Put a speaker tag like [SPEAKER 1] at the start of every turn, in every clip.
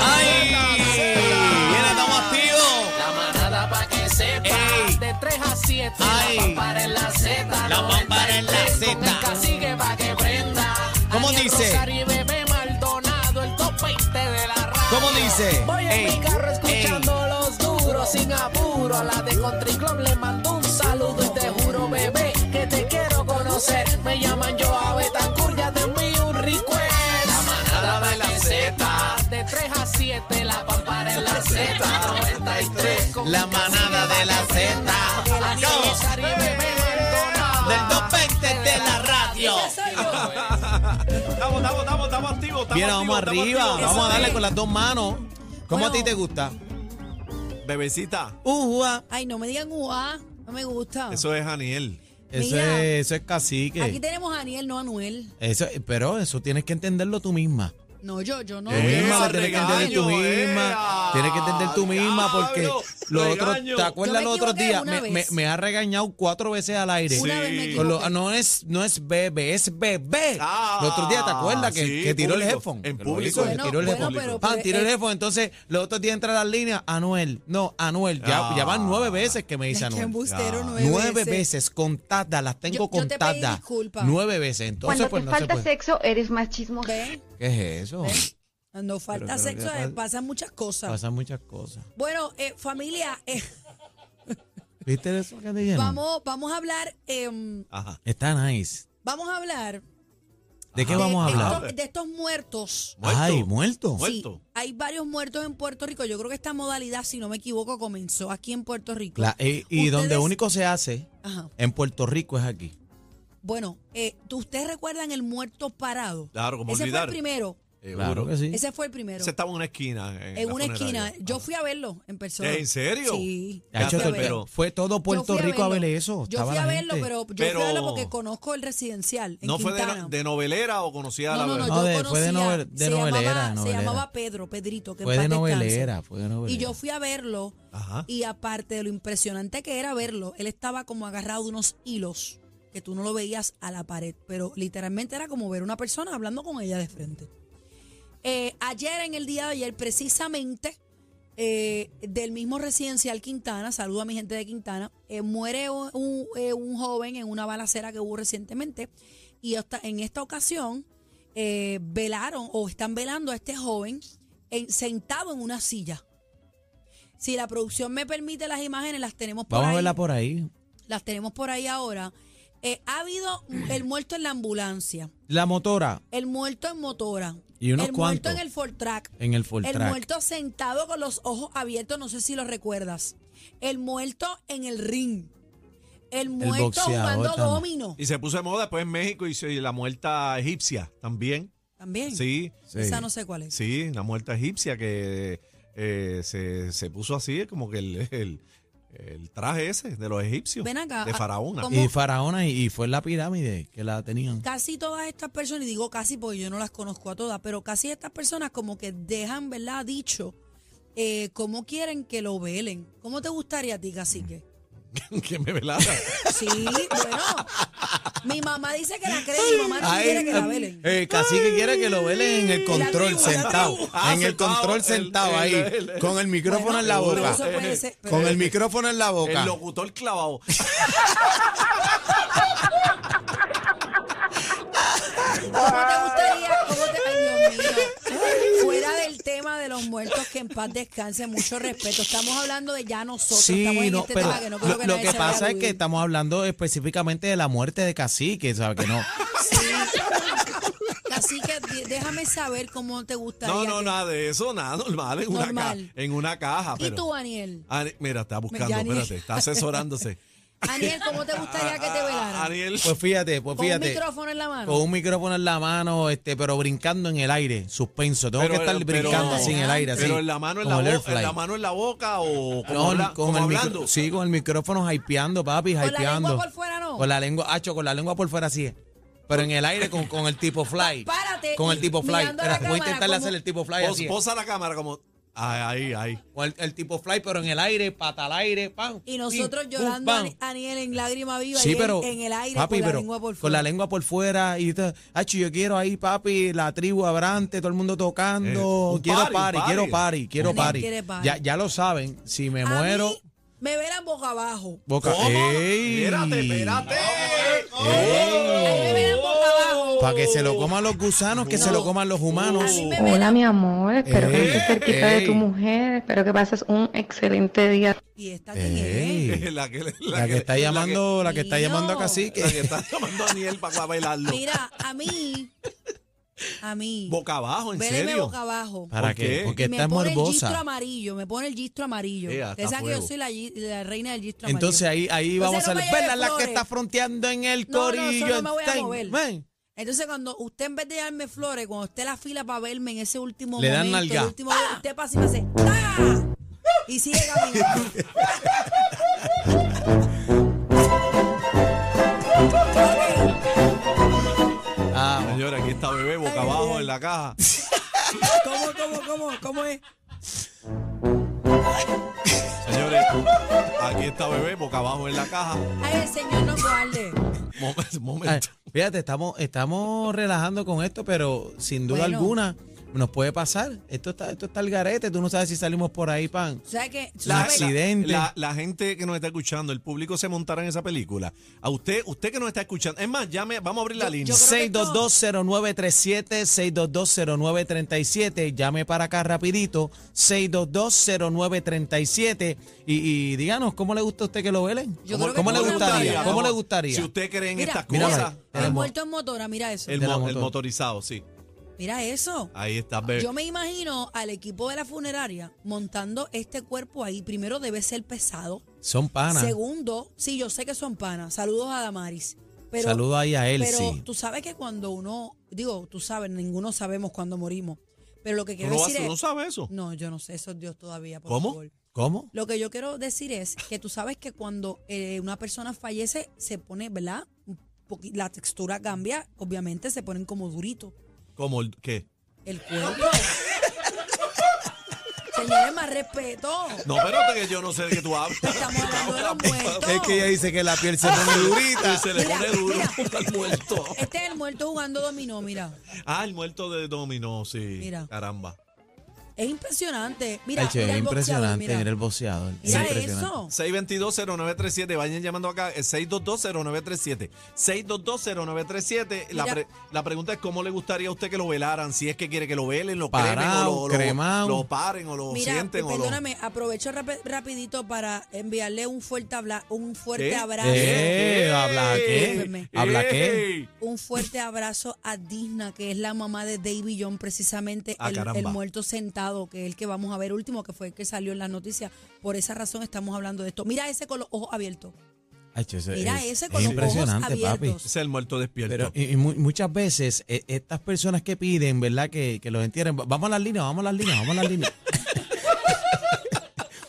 [SPEAKER 1] ¡Ay! ¡Mira, estamos activos!
[SPEAKER 2] La manada pa' que sepa.
[SPEAKER 1] Ey.
[SPEAKER 2] De 3 a 7.
[SPEAKER 1] Ay.
[SPEAKER 2] La pampara en la Z.
[SPEAKER 1] La pampara en la
[SPEAKER 2] Con el
[SPEAKER 1] Z.
[SPEAKER 2] cacique pa' que prenda.
[SPEAKER 1] ¿Cómo
[SPEAKER 2] Daniel
[SPEAKER 1] dice?
[SPEAKER 2] Rosario y Bebé Maldonado, el top 20 de la radio.
[SPEAKER 1] ¿Cómo dice?
[SPEAKER 2] Voy en
[SPEAKER 1] Ey.
[SPEAKER 2] mi carro escuchando los duros sin apuro. A la de Country Club le mando un saludo y te juro, bebé, que te quiero conocer. Me llaman yo a Betancourt, ya te envío un request. La manada de la Z. De 3 a 7, la pampara en la Z. 93. con
[SPEAKER 1] La manada de la Z.
[SPEAKER 2] Daniel
[SPEAKER 1] ¿Cómo?
[SPEAKER 2] Rosario y bebé Maldonado.
[SPEAKER 1] Del 220 de la radio.
[SPEAKER 3] Estamos, estamos, estamos, estamos activos. Estamos
[SPEAKER 1] Mira,
[SPEAKER 3] activos, estamos
[SPEAKER 1] vamos arriba.
[SPEAKER 3] activos.
[SPEAKER 1] Vamos a darle
[SPEAKER 2] sí.
[SPEAKER 1] con las dos manos. ¿Cómo a ti
[SPEAKER 4] Bueno.
[SPEAKER 1] te gusta?
[SPEAKER 3] Bebecita,
[SPEAKER 1] Ujua.
[SPEAKER 4] Ay, no me digan UA, no me gusta.
[SPEAKER 3] eso es Aniel.
[SPEAKER 1] Eso
[SPEAKER 4] Mira.
[SPEAKER 1] es, eso es
[SPEAKER 4] Aquí
[SPEAKER 1] cacique.
[SPEAKER 4] tenemos a Aniel, no a Anuel.
[SPEAKER 1] Eso, pero eso tienes que entenderlo tú misma.
[SPEAKER 4] No, yo, yo no.
[SPEAKER 1] Tú
[SPEAKER 3] Eh,
[SPEAKER 4] yo
[SPEAKER 1] misma
[SPEAKER 4] no
[SPEAKER 1] lo
[SPEAKER 4] soy
[SPEAKER 1] tienes que
[SPEAKER 4] Anuel.
[SPEAKER 1] entender tú
[SPEAKER 3] regaño,
[SPEAKER 1] misma.
[SPEAKER 3] eh.
[SPEAKER 1] Tienes que entender tú misma porque
[SPEAKER 3] Diablo,
[SPEAKER 1] los otros,
[SPEAKER 3] regaño.
[SPEAKER 1] ¿te acuerdas
[SPEAKER 4] Yo me
[SPEAKER 1] los otros
[SPEAKER 4] equivoqué
[SPEAKER 1] días?
[SPEAKER 4] una
[SPEAKER 1] Me, me-
[SPEAKER 4] vez.
[SPEAKER 1] me ha regañado cuatro veces al aire.
[SPEAKER 4] Una vez me
[SPEAKER 3] Sí.
[SPEAKER 1] Con lo- ah,
[SPEAKER 4] equivoqué.
[SPEAKER 1] no es no es bebé, es bebé.
[SPEAKER 3] Ah,
[SPEAKER 1] los otros días te acuerdas que,
[SPEAKER 3] sí,
[SPEAKER 1] que tiró el
[SPEAKER 3] público,
[SPEAKER 1] headphone.
[SPEAKER 3] en
[SPEAKER 1] Que lo
[SPEAKER 3] público,
[SPEAKER 1] hizo, que
[SPEAKER 4] Bueno,
[SPEAKER 1] tiró el
[SPEAKER 4] bueno,
[SPEAKER 1] headphone.
[SPEAKER 4] pero-
[SPEAKER 1] Pan,
[SPEAKER 4] pero eh,
[SPEAKER 1] tiró el
[SPEAKER 4] es-
[SPEAKER 1] headphone. Entonces, los otros días entra las líneas, Anuel, no, Anuel. Ya,
[SPEAKER 3] Ah.
[SPEAKER 1] ya van nueve veces que me dice
[SPEAKER 4] Qué
[SPEAKER 1] Anuel.
[SPEAKER 4] embustero,
[SPEAKER 3] Ya.
[SPEAKER 4] nueve,
[SPEAKER 1] Nueve veces contadas, las tengo
[SPEAKER 4] Yo- yo te pedí
[SPEAKER 1] contadas.
[SPEAKER 4] disculpa.
[SPEAKER 1] Nueve veces. Entonces,
[SPEAKER 5] Cuando
[SPEAKER 1] pues
[SPEAKER 5] te
[SPEAKER 1] no se
[SPEAKER 5] falta
[SPEAKER 1] puede.
[SPEAKER 5] sexo, eres más chismoso.
[SPEAKER 4] ¿Ve?
[SPEAKER 1] ¿Qué es eso?
[SPEAKER 4] Cuando falta
[SPEAKER 1] pero
[SPEAKER 4] sexo
[SPEAKER 1] ya
[SPEAKER 4] eh,
[SPEAKER 1] pasa-
[SPEAKER 4] pasan muchas cosas.
[SPEAKER 1] Pasan muchas cosas.
[SPEAKER 4] Bueno, eh, familia, eh,
[SPEAKER 1] ¿Viste eso que te llena?
[SPEAKER 4] vamos, vamos a hablar, em,
[SPEAKER 3] Ajá.
[SPEAKER 1] Está nice.
[SPEAKER 4] vamos a hablar
[SPEAKER 1] ¿De qué
[SPEAKER 3] Ajá.
[SPEAKER 1] vamos a
[SPEAKER 4] de,
[SPEAKER 1] hablar?
[SPEAKER 4] estos, de estos muertos.
[SPEAKER 3] Muerto.
[SPEAKER 1] Ay, muerto.
[SPEAKER 3] Muerto.
[SPEAKER 4] Sí, hay varios muertos en Puerto Rico. Yo creo que esta modalidad, si no me equivoco, comenzó aquí en Puerto Rico.
[SPEAKER 1] La- y eh, y donde
[SPEAKER 4] Ustedes- Ah.
[SPEAKER 1] único se hace
[SPEAKER 4] Ajá.
[SPEAKER 1] en Puerto Rico es aquí.
[SPEAKER 4] Bueno, eh, ¿tú- ¿ustedes recuerdan el muerto parado?
[SPEAKER 3] Claro, como
[SPEAKER 4] Ese
[SPEAKER 3] olvidar.
[SPEAKER 4] fue el primero.
[SPEAKER 1] Claro que sí.
[SPEAKER 4] Ese fue el primero.
[SPEAKER 3] Se Eh, estaba en una esquina. En,
[SPEAKER 4] en
[SPEAKER 3] la
[SPEAKER 4] una
[SPEAKER 3] funeraria.
[SPEAKER 4] esquina. Yo fui a verlo en persona.
[SPEAKER 3] ¿En serio?
[SPEAKER 4] Sí.
[SPEAKER 3] Ya
[SPEAKER 4] yo
[SPEAKER 1] Hacho,
[SPEAKER 4] fui a
[SPEAKER 3] te-
[SPEAKER 1] todo-
[SPEAKER 4] verlo.
[SPEAKER 3] pero-
[SPEAKER 1] fue todo Puerto
[SPEAKER 4] Yo fui
[SPEAKER 1] Rico a ver
[SPEAKER 4] verlo.
[SPEAKER 1] eso.
[SPEAKER 4] Yo
[SPEAKER 1] Estaba
[SPEAKER 4] fui a
[SPEAKER 1] la
[SPEAKER 4] verlo,
[SPEAKER 1] gente.
[SPEAKER 4] pero yo
[SPEAKER 3] Pero-
[SPEAKER 4] fui a verlo porque conozco el residencial. En
[SPEAKER 3] No fue de,
[SPEAKER 4] Quintana.
[SPEAKER 3] no- de novelera o conocía
[SPEAKER 4] No,
[SPEAKER 3] la
[SPEAKER 4] no, no,
[SPEAKER 1] No,
[SPEAKER 4] yo
[SPEAKER 1] de-
[SPEAKER 4] conocía,
[SPEAKER 1] fue de novel- de
[SPEAKER 4] se
[SPEAKER 1] novelera,
[SPEAKER 4] llamaba,
[SPEAKER 1] novelera.
[SPEAKER 4] Se llamaba Pedro, Pedrito, que en
[SPEAKER 1] Fue de
[SPEAKER 4] paz descanse.
[SPEAKER 1] novelera, fue de novelera.
[SPEAKER 4] Y yo fui a verlo
[SPEAKER 3] Ajá.
[SPEAKER 4] y aparte de lo impresionante que era verlo, él estaba como agarrado de unos hilos que tú no lo veías a la pared, pero literalmente era como ver una persona hablando con ella de frente. Eh, ayer, en el día de ayer, precisamente, eh, del mismo residencial Quintana, saludo a mi gente de Quintana, eh, muere un, un- eh, un joven en una balacera que hubo recientemente y hasta en esta ocasión eh, velaron o están velando a este joven en- sentado en una silla. Si la producción me permite las imágenes, las tenemos por
[SPEAKER 1] Vamos a
[SPEAKER 4] ahí.
[SPEAKER 1] verla por ahí.
[SPEAKER 4] Las tenemos por ahí ahora. Eh, ha habido el muerto en la ambulancia,
[SPEAKER 1] La motora
[SPEAKER 4] el muerto en motora,
[SPEAKER 1] Y unos
[SPEAKER 4] el muerto
[SPEAKER 1] cuantos. Eh,
[SPEAKER 4] en el Fortrack,
[SPEAKER 1] en el full
[SPEAKER 4] el
[SPEAKER 1] track.
[SPEAKER 4] muerto sentado con los ojos abiertos, no sé si lo recuerdas. El muerto en el ring. El muerto
[SPEAKER 1] boxeador
[SPEAKER 4] jugando
[SPEAKER 1] también.
[SPEAKER 4] domino.
[SPEAKER 3] Y se puso de moda después en México y, se- y la muerta egipcia también.
[SPEAKER 4] También.
[SPEAKER 3] Sí,
[SPEAKER 1] Sí.
[SPEAKER 4] Esa no sé cuál es.
[SPEAKER 3] sí, la muerta egipcia que eh, se, se puso así, como que el, el, el traje ese de los egipcios.
[SPEAKER 4] Ven acá,
[SPEAKER 3] De
[SPEAKER 4] ah,
[SPEAKER 3] faraona.
[SPEAKER 4] ¿cómo?
[SPEAKER 1] Y Faraona y, y fue la pirámide que la tenían.
[SPEAKER 4] Casi todas estas personas, y digo casi porque yo no las conozco a todas, pero casi estas personas como que dejan, ¿verdad? Dicho, eh, cómo quieren que lo velen. ¿Cómo te gustaría a ti, cacique?
[SPEAKER 3] que me velara.
[SPEAKER 4] Sí, bueno. Mi mamá dice que la cree, mi mamá no quiere que la velen.
[SPEAKER 1] eh, cacique quiere que lo velen en el control,
[SPEAKER 4] tribu, la
[SPEAKER 1] sentado.
[SPEAKER 4] tribu.
[SPEAKER 3] Ah,
[SPEAKER 1] en el
[SPEAKER 3] sentado,
[SPEAKER 1] control
[SPEAKER 3] el-
[SPEAKER 1] sentado
[SPEAKER 3] el-
[SPEAKER 1] ahí,
[SPEAKER 3] el-
[SPEAKER 1] con el micrófono
[SPEAKER 4] Bueno,
[SPEAKER 1] en la
[SPEAKER 4] pero
[SPEAKER 1] boca.
[SPEAKER 4] eso puede ser, pero-
[SPEAKER 1] Con el micrófono en la boca.
[SPEAKER 3] El locutor clavado.
[SPEAKER 4] ¿Cómo
[SPEAKER 1] Ah.
[SPEAKER 4] te gustaría? ¿Cómo te... Ay, Dios mío. Fuera del tema de los muertos, que en paz descanse, mucho respeto. Estamos hablando de ya nosotros, estamos
[SPEAKER 1] Sí,
[SPEAKER 4] en
[SPEAKER 1] no,
[SPEAKER 4] este
[SPEAKER 1] pero
[SPEAKER 4] tema que no creo
[SPEAKER 1] lo,
[SPEAKER 4] que
[SPEAKER 1] lo
[SPEAKER 4] nadie
[SPEAKER 1] que
[SPEAKER 4] se vaya a
[SPEAKER 1] pasa es que
[SPEAKER 4] aludir.
[SPEAKER 1] estamos hablando específicamente de la muerte de cacique, ¿sabes? Que no.
[SPEAKER 4] Así que di- déjame saber cómo te gustaría.
[SPEAKER 3] No, no,
[SPEAKER 4] que-
[SPEAKER 3] nada de eso, nada normal. En, Una,
[SPEAKER 4] Normal.
[SPEAKER 3] ca- en una caja.
[SPEAKER 4] ¿Y
[SPEAKER 3] pero-
[SPEAKER 4] tú, Aniel?
[SPEAKER 3] Ani- mira, está buscando,
[SPEAKER 4] Ya, Aniel.
[SPEAKER 3] espérate, está asesorándose.
[SPEAKER 4] Aniel, ¿cómo te gustaría que te
[SPEAKER 3] Ah,
[SPEAKER 4] velaran?
[SPEAKER 3] Aniel,
[SPEAKER 1] Pues fíjate, pues
[SPEAKER 4] Con un
[SPEAKER 1] fíjate.
[SPEAKER 4] micrófono en la mano.
[SPEAKER 1] Con un micrófono en la mano, este, pero brincando en el aire, suspenso. Tengo
[SPEAKER 3] Pero- eh,
[SPEAKER 1] que estar
[SPEAKER 3] pero-
[SPEAKER 1] brincando así en el aire, así.
[SPEAKER 3] pero en la mano en la,
[SPEAKER 1] como el
[SPEAKER 3] boca,
[SPEAKER 1] Airfly.
[SPEAKER 3] en la mano en la boca o como,
[SPEAKER 1] No,
[SPEAKER 3] habla-
[SPEAKER 1] con
[SPEAKER 3] como
[SPEAKER 1] el micro-
[SPEAKER 3] hablando.
[SPEAKER 1] sí, con el micrófono hypeando, papi,
[SPEAKER 4] la lengua
[SPEAKER 1] hypeando.
[SPEAKER 4] por fuera, ¿no?
[SPEAKER 1] Con la lengua, hacho, con la lengua por fuera sí. Pero en el aire con, con el tipo fly.
[SPEAKER 4] Párate
[SPEAKER 1] Con el
[SPEAKER 4] y
[SPEAKER 1] tipo fly.
[SPEAKER 4] mirando a la
[SPEAKER 1] Era- voy a
[SPEAKER 4] cámara
[SPEAKER 1] intentarle
[SPEAKER 4] como-
[SPEAKER 1] hacer el tipo fly
[SPEAKER 3] Pos-
[SPEAKER 1] así.
[SPEAKER 3] posa la cámara como ah, Ahí, ahí.
[SPEAKER 1] O el, el tipo fly, pero en el aire, pata al aire, pan.
[SPEAKER 4] Y nosotros llorando, a Ani- Aniel, en lágrima viva y
[SPEAKER 1] Sí,
[SPEAKER 4] él
[SPEAKER 1] pero,
[SPEAKER 4] en el aire
[SPEAKER 1] papi,
[SPEAKER 4] con la
[SPEAKER 1] pero
[SPEAKER 4] lengua por
[SPEAKER 1] con la
[SPEAKER 4] fuera.
[SPEAKER 1] lengua por fuera y todo, "Acho, yo quiero ahí, papi, la tribu abrante, todo el mundo
[SPEAKER 3] Eh,
[SPEAKER 1] tocando,
[SPEAKER 3] un
[SPEAKER 1] quiero
[SPEAKER 3] party, un
[SPEAKER 1] party,
[SPEAKER 3] party.
[SPEAKER 1] quiero party, quiero
[SPEAKER 4] Daniel
[SPEAKER 1] party.
[SPEAKER 4] quiere party.
[SPEAKER 1] Ya, ya lo saben, si me
[SPEAKER 4] A
[SPEAKER 1] muero,
[SPEAKER 4] mí me verán boca abajo.
[SPEAKER 1] boca. ¡Ey!
[SPEAKER 3] Espérate, espérate.
[SPEAKER 4] A mí me verán boca abajo.
[SPEAKER 1] Para que se lo coman los gusanos, que se lo coman los
[SPEAKER 4] A
[SPEAKER 1] humanos.
[SPEAKER 4] mí me
[SPEAKER 5] Hola,
[SPEAKER 4] verán.
[SPEAKER 5] mi amor. Espero que
[SPEAKER 1] Ey,
[SPEAKER 5] estés cerquita de
[SPEAKER 1] ey.
[SPEAKER 5] tu mujer. Espero que pases un excelente día.
[SPEAKER 4] ¿Y esta quién es?
[SPEAKER 1] Ey,
[SPEAKER 3] La que, la
[SPEAKER 1] La que está llamando, la que está
[SPEAKER 4] Mío.
[SPEAKER 1] llamando a
[SPEAKER 3] La que, la
[SPEAKER 1] Cacique.
[SPEAKER 3] que está llamando a Daniel para bailarlo.
[SPEAKER 4] Mira, a mí. A mí.
[SPEAKER 3] Boca abajo, en
[SPEAKER 4] Verme
[SPEAKER 3] serio.
[SPEAKER 4] boca abajo.
[SPEAKER 1] ¿Para
[SPEAKER 3] ¿Por
[SPEAKER 1] qué?
[SPEAKER 3] qué?
[SPEAKER 1] Porque
[SPEAKER 4] Y me
[SPEAKER 1] Ah, está
[SPEAKER 4] pone el gistro
[SPEAKER 1] morbosa.
[SPEAKER 4] amarillo, me pone el gistro amarillo.
[SPEAKER 3] Ea,
[SPEAKER 4] Usted
[SPEAKER 3] está
[SPEAKER 4] sabe que yo
[SPEAKER 3] fuego.
[SPEAKER 4] soy la, gi- la reina del gistro amarillo.
[SPEAKER 1] Entonces ahí, ahí
[SPEAKER 4] Entonces
[SPEAKER 1] vamos
[SPEAKER 4] no
[SPEAKER 1] a
[SPEAKER 4] me
[SPEAKER 1] ver.
[SPEAKER 4] lleve
[SPEAKER 1] Vela la que
[SPEAKER 4] flores.
[SPEAKER 1] está fronteando en el
[SPEAKER 4] No, no, eso no
[SPEAKER 1] corillo.
[SPEAKER 4] me voy a
[SPEAKER 1] Stein,
[SPEAKER 4] mover.
[SPEAKER 1] man.
[SPEAKER 4] Entonces, cuando usted en vez de darme flores, cuando usted la fila para verme en ese último
[SPEAKER 1] Le dan
[SPEAKER 4] momento, el
[SPEAKER 1] nalga.
[SPEAKER 4] último- usted pasa y me hace ¡Ah! y sigue caminando. Ok,
[SPEAKER 1] Ah,
[SPEAKER 3] Señora, aquí está bebé boca
[SPEAKER 4] Ay,
[SPEAKER 3] abajo
[SPEAKER 4] ay.
[SPEAKER 3] en la caja.
[SPEAKER 4] ¿Cómo, cómo, cómo, cómo es?
[SPEAKER 3] Señores, aquí está bebé boca abajo en la caja.
[SPEAKER 4] Ay, el señor no guarde.
[SPEAKER 3] Momento,
[SPEAKER 1] Ay,
[SPEAKER 3] momento.
[SPEAKER 1] Ah, fíjate, estamos, estamos relajando con esto, pero sin duda
[SPEAKER 4] Bueno.
[SPEAKER 1] alguna nos puede pasar. Esto está, esto está el garete, tú no sabes si salimos por ahí, pan.
[SPEAKER 4] O sea que, tú
[SPEAKER 1] La-
[SPEAKER 4] sabes-
[SPEAKER 1] la- accidente.
[SPEAKER 3] La, la gente que nos está escuchando, el público se montará en esa película. A usted, usted que nos está escuchando. Es más, llame, vamos a abrir la
[SPEAKER 4] Yo-
[SPEAKER 3] línea.
[SPEAKER 4] yo creo- que esto-
[SPEAKER 1] 6220937, 6220937, llame para acá rapidito, 6220937 y, y díganos, ¿cómo le gusta a usted que lo velen?
[SPEAKER 4] Yo
[SPEAKER 1] ¿Cómo,
[SPEAKER 4] creo que
[SPEAKER 1] cómo le
[SPEAKER 4] como una
[SPEAKER 1] gustaría?
[SPEAKER 4] película.
[SPEAKER 1] ¿Cómo le gustaría?
[SPEAKER 3] Si usted cree en
[SPEAKER 4] mira,
[SPEAKER 3] estas
[SPEAKER 1] mira,
[SPEAKER 3] cosas.
[SPEAKER 1] mira.
[SPEAKER 4] el
[SPEAKER 1] mo-
[SPEAKER 4] muerto en motora, mira eso.
[SPEAKER 3] El,
[SPEAKER 1] de la
[SPEAKER 3] mo- el
[SPEAKER 1] motor.
[SPEAKER 3] motorizado, sí.
[SPEAKER 4] mira eso.
[SPEAKER 3] Ahí está, bebé.
[SPEAKER 4] Yo me imagino al equipo de la funeraria montando este cuerpo ahí. Primero debe ser pesado.
[SPEAKER 1] Son panas.
[SPEAKER 4] Segundo, sí, yo sé que son panas. Saludos a Damaris. Pero,
[SPEAKER 1] Saludo ahí a Elsie.
[SPEAKER 4] Pero tú sabes que cuando uno, digo, tú sabes, ninguno sabemos cuando morimos. Pero lo que
[SPEAKER 3] Tú
[SPEAKER 4] quiero
[SPEAKER 3] no, vas-
[SPEAKER 4] decir
[SPEAKER 3] tú no
[SPEAKER 4] es.
[SPEAKER 3] sabes eso.
[SPEAKER 4] No, yo no sé, eso es Dios todavía. Por
[SPEAKER 3] ¿Cómo?
[SPEAKER 4] favor.
[SPEAKER 1] ¿Cómo?
[SPEAKER 4] Lo que yo quiero decir es que tú sabes que cuando eh, una persona fallece, se pone, ¿verdad? Un poqui- La textura cambia, obviamente se ponen como duritos.
[SPEAKER 3] ¿Cómo? el- ¿Qué?
[SPEAKER 4] El cuerpo. Señores, más respeto.
[SPEAKER 3] No, espérate que yo no sé de qué tú hablas.
[SPEAKER 4] Estamos hablando de los muertos.
[SPEAKER 1] dice que la
[SPEAKER 4] Ah,
[SPEAKER 1] piel se pone
[SPEAKER 3] Y
[SPEAKER 1] durita.
[SPEAKER 3] se le
[SPEAKER 4] Mira,
[SPEAKER 3] pone duro
[SPEAKER 4] mira.
[SPEAKER 3] al muerto.
[SPEAKER 4] Este es el muerto jugando dominó, mira.
[SPEAKER 3] Ah, el muerto de dominó, sí.
[SPEAKER 4] Mira.
[SPEAKER 3] Caramba.
[SPEAKER 4] Es impresionante. Mira,
[SPEAKER 1] Ay, che,
[SPEAKER 4] mira
[SPEAKER 1] es
[SPEAKER 4] el boxeador,
[SPEAKER 1] impresionante,
[SPEAKER 4] mira.
[SPEAKER 1] era el boceador. es
[SPEAKER 4] Mira
[SPEAKER 1] impresionante.
[SPEAKER 4] eso.
[SPEAKER 3] 622-0937, vayan llamando acá, eh, 622-0937. 622-0937, la,
[SPEAKER 4] Mira.
[SPEAKER 3] pre- la pregunta es cómo le gustaría a usted que lo velaran, si es que quiere que lo velen, lo
[SPEAKER 1] Parado,
[SPEAKER 3] cremen o lo, lo-
[SPEAKER 1] cremado.
[SPEAKER 3] lo paren o lo
[SPEAKER 4] Mira,
[SPEAKER 3] sienten o lo...
[SPEAKER 4] perdóname, aprovecho rapi- rapidito para enviarle un fuerte, habla- un fuerte
[SPEAKER 3] ¿Qué?
[SPEAKER 4] abrazo.
[SPEAKER 1] Eh, habla qué,
[SPEAKER 4] Discúlpeme.
[SPEAKER 1] habla qué.
[SPEAKER 3] Ey.
[SPEAKER 4] Un fuerte abrazo a Disna, que es la mamá de Davy John, precisamente
[SPEAKER 3] Ah,
[SPEAKER 4] el,
[SPEAKER 3] caramba.
[SPEAKER 4] el muerto sentado, que es el que vamos a ver último, que fue el que salió en la noticia. Por esa razón estamos hablando de esto. Mira ese con los ojos abiertos.
[SPEAKER 1] Ay, che, eso
[SPEAKER 4] Mira
[SPEAKER 1] es-
[SPEAKER 4] ese
[SPEAKER 1] es
[SPEAKER 4] con los ojos
[SPEAKER 1] impresionante, papi.
[SPEAKER 4] abiertos.
[SPEAKER 3] Ese es el muerto despierto.
[SPEAKER 1] Pero y- y mu- muchas veces eh, estas personas que piden, ¿verdad? Que, que los entierren. Va- Vamos a las líneas, vamos a las líneas, vamos a las líneas.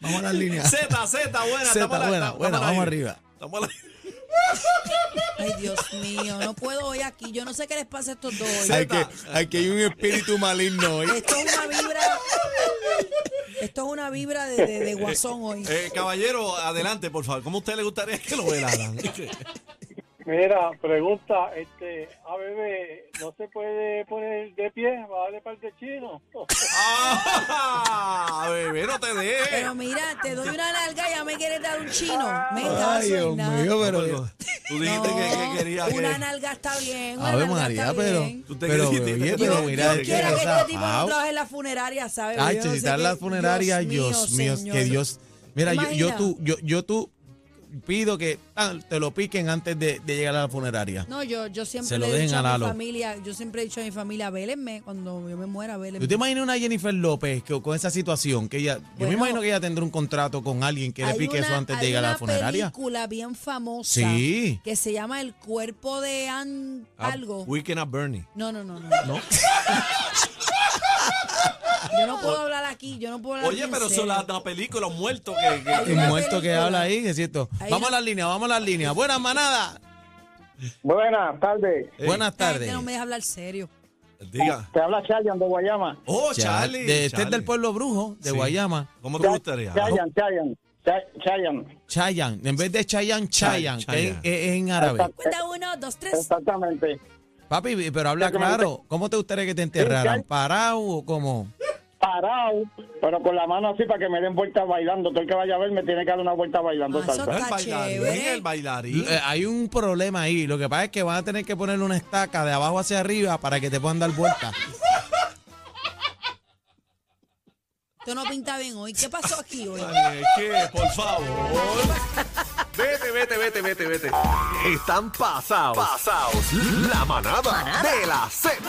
[SPEAKER 1] vamos a las líneas.
[SPEAKER 3] Z, Z, buena, estamos
[SPEAKER 1] Zeta,
[SPEAKER 3] al-
[SPEAKER 1] buena,
[SPEAKER 3] estamos
[SPEAKER 1] buena,
[SPEAKER 3] al
[SPEAKER 1] vamos
[SPEAKER 3] aire.
[SPEAKER 1] arriba.
[SPEAKER 3] Estamos al aire.
[SPEAKER 4] Ay, Dios mío, no puedo hoy aquí. Yo no sé qué les pasa a estos dos hoy.
[SPEAKER 3] Hay que-
[SPEAKER 1] hay un espíritu maligno hoy.
[SPEAKER 4] Esto es una vibra. Esto es una vibra de, de- de guasón hoy.
[SPEAKER 3] Eh, caballero, adelante, por favor. ¿Cómo a usted le gustaría que lo velaran?
[SPEAKER 6] Mira, pregunta, este, a bebé, ¿no se puede poner de pie? ¿Va a darle par de chino?
[SPEAKER 3] ¡Ah! Bebé, no te dejes.
[SPEAKER 4] Pero mira, te doy una larga y ya me quieres dar un chino. Me caso y nada.
[SPEAKER 1] pero.
[SPEAKER 3] Tú dijiste
[SPEAKER 4] No,
[SPEAKER 3] que, que quería que...
[SPEAKER 4] Una nalga está bien. Una
[SPEAKER 1] A ver,
[SPEAKER 4] nalga
[SPEAKER 1] Ah, María,
[SPEAKER 4] está
[SPEAKER 1] pero.
[SPEAKER 4] bien.
[SPEAKER 3] Tú te
[SPEAKER 1] Pero,
[SPEAKER 3] quedaste-
[SPEAKER 1] oye,
[SPEAKER 3] Yo-
[SPEAKER 1] pero
[SPEAKER 4] Yo
[SPEAKER 1] mira,
[SPEAKER 4] quiero
[SPEAKER 1] qué
[SPEAKER 4] que este
[SPEAKER 1] cosa.
[SPEAKER 4] tipo no
[SPEAKER 1] Au.
[SPEAKER 4] trabaje en la funeraria, ¿sabes?
[SPEAKER 1] Ay,
[SPEAKER 4] Yo
[SPEAKER 1] che,
[SPEAKER 4] no
[SPEAKER 1] si
[SPEAKER 4] sé
[SPEAKER 1] está en la
[SPEAKER 4] qué-
[SPEAKER 1] funeraria, Dios mío,
[SPEAKER 4] señor.
[SPEAKER 1] que Dios. Mira, yo, yo
[SPEAKER 4] Imagina.
[SPEAKER 1] tú, yo, yo tú pido que tan, te lo piquen antes de, de llegar a la funeraria.
[SPEAKER 4] No, yo, yo siempre
[SPEAKER 1] Se lo
[SPEAKER 4] le he
[SPEAKER 1] dejen
[SPEAKER 4] dicho
[SPEAKER 1] a
[SPEAKER 4] a, mi
[SPEAKER 1] Lalo.
[SPEAKER 4] familia, yo siempre he dicho a mi familia, vélenme cuando yo me muera, vélenme.
[SPEAKER 1] ¿Tú te imaginas una Jennifer López que, con esa situación? que ella, Yo me
[SPEAKER 4] Bueno.
[SPEAKER 1] imagino que ella tendrá un contrato con alguien que le
[SPEAKER 4] Hay
[SPEAKER 1] pique eso
[SPEAKER 4] una-
[SPEAKER 1] antes de
[SPEAKER 4] hay
[SPEAKER 1] llegar a la
[SPEAKER 4] una
[SPEAKER 1] funeraria.
[SPEAKER 4] película bien famosa
[SPEAKER 1] Sí.
[SPEAKER 4] que se llama El cuerpo de An-
[SPEAKER 3] Ah,
[SPEAKER 4] algo.
[SPEAKER 3] Weekend at Bernie.
[SPEAKER 4] No, no, no, no. yo no puedo hablar aquí, yo no puedo hablar
[SPEAKER 3] Oye,
[SPEAKER 4] en
[SPEAKER 3] pero
[SPEAKER 4] serio.
[SPEAKER 3] son las las películas muertos que... que-
[SPEAKER 4] Hay
[SPEAKER 1] El
[SPEAKER 4] una
[SPEAKER 1] muerto que
[SPEAKER 4] película.
[SPEAKER 1] habla ahí, es cierto.
[SPEAKER 4] Hay
[SPEAKER 1] Vamos a
[SPEAKER 4] una-
[SPEAKER 1] las líneas, vamos a las líneas. Buenas manadas.
[SPEAKER 6] Buenas tardes.
[SPEAKER 1] Buenas
[SPEAKER 4] Esta gente
[SPEAKER 1] tardes.
[SPEAKER 4] no me deja hablar serio.
[SPEAKER 3] Diga.
[SPEAKER 7] Te habla Chayan de Guayama.
[SPEAKER 3] Oh,
[SPEAKER 1] Cha-
[SPEAKER 3] Charlie.
[SPEAKER 1] de- este es
[SPEAKER 3] Charlie.
[SPEAKER 1] del pueblo brujo, de
[SPEAKER 3] Sí.
[SPEAKER 1] Guayama.
[SPEAKER 3] ¿Cómo te gustaría?
[SPEAKER 7] Chayan, Chayan. Cha- Chayan.
[SPEAKER 1] Chayan. En vez de Chayan, Chayan,
[SPEAKER 3] Chay-
[SPEAKER 1] que es,
[SPEAKER 3] Chayan.
[SPEAKER 1] es- es en árabe.
[SPEAKER 4] Cuenta uno, dos, tres.
[SPEAKER 7] Exactamente.
[SPEAKER 1] Papi, pero habla claro. ¿Cómo te gustaría que te enterraran?
[SPEAKER 7] Chay.
[SPEAKER 1] ¿Parado o cómo?
[SPEAKER 7] Parado, pero con la mano así para que me den vuelta bailando. Todo el que vaya a ver me tiene que dar una vuelta bailando.
[SPEAKER 4] Ah,
[SPEAKER 7] salsa.
[SPEAKER 4] eso-
[SPEAKER 3] El
[SPEAKER 4] Está
[SPEAKER 3] bailarín,
[SPEAKER 4] chévere.
[SPEAKER 3] el bailarín.
[SPEAKER 1] Eh, Hay un problema ahí. Lo que pasa es que van a tener que ponerle una estaca de abajo hacia arriba para que te puedan dar vuelta.
[SPEAKER 4] Esto no pinta bien hoy. ¿Qué pasó aquí hoy?
[SPEAKER 3] Dale, ¿Qué? Por favor.
[SPEAKER 8] Vete, vete, vete, vete, vete. Están pasados. Pasados. La manada de la Z.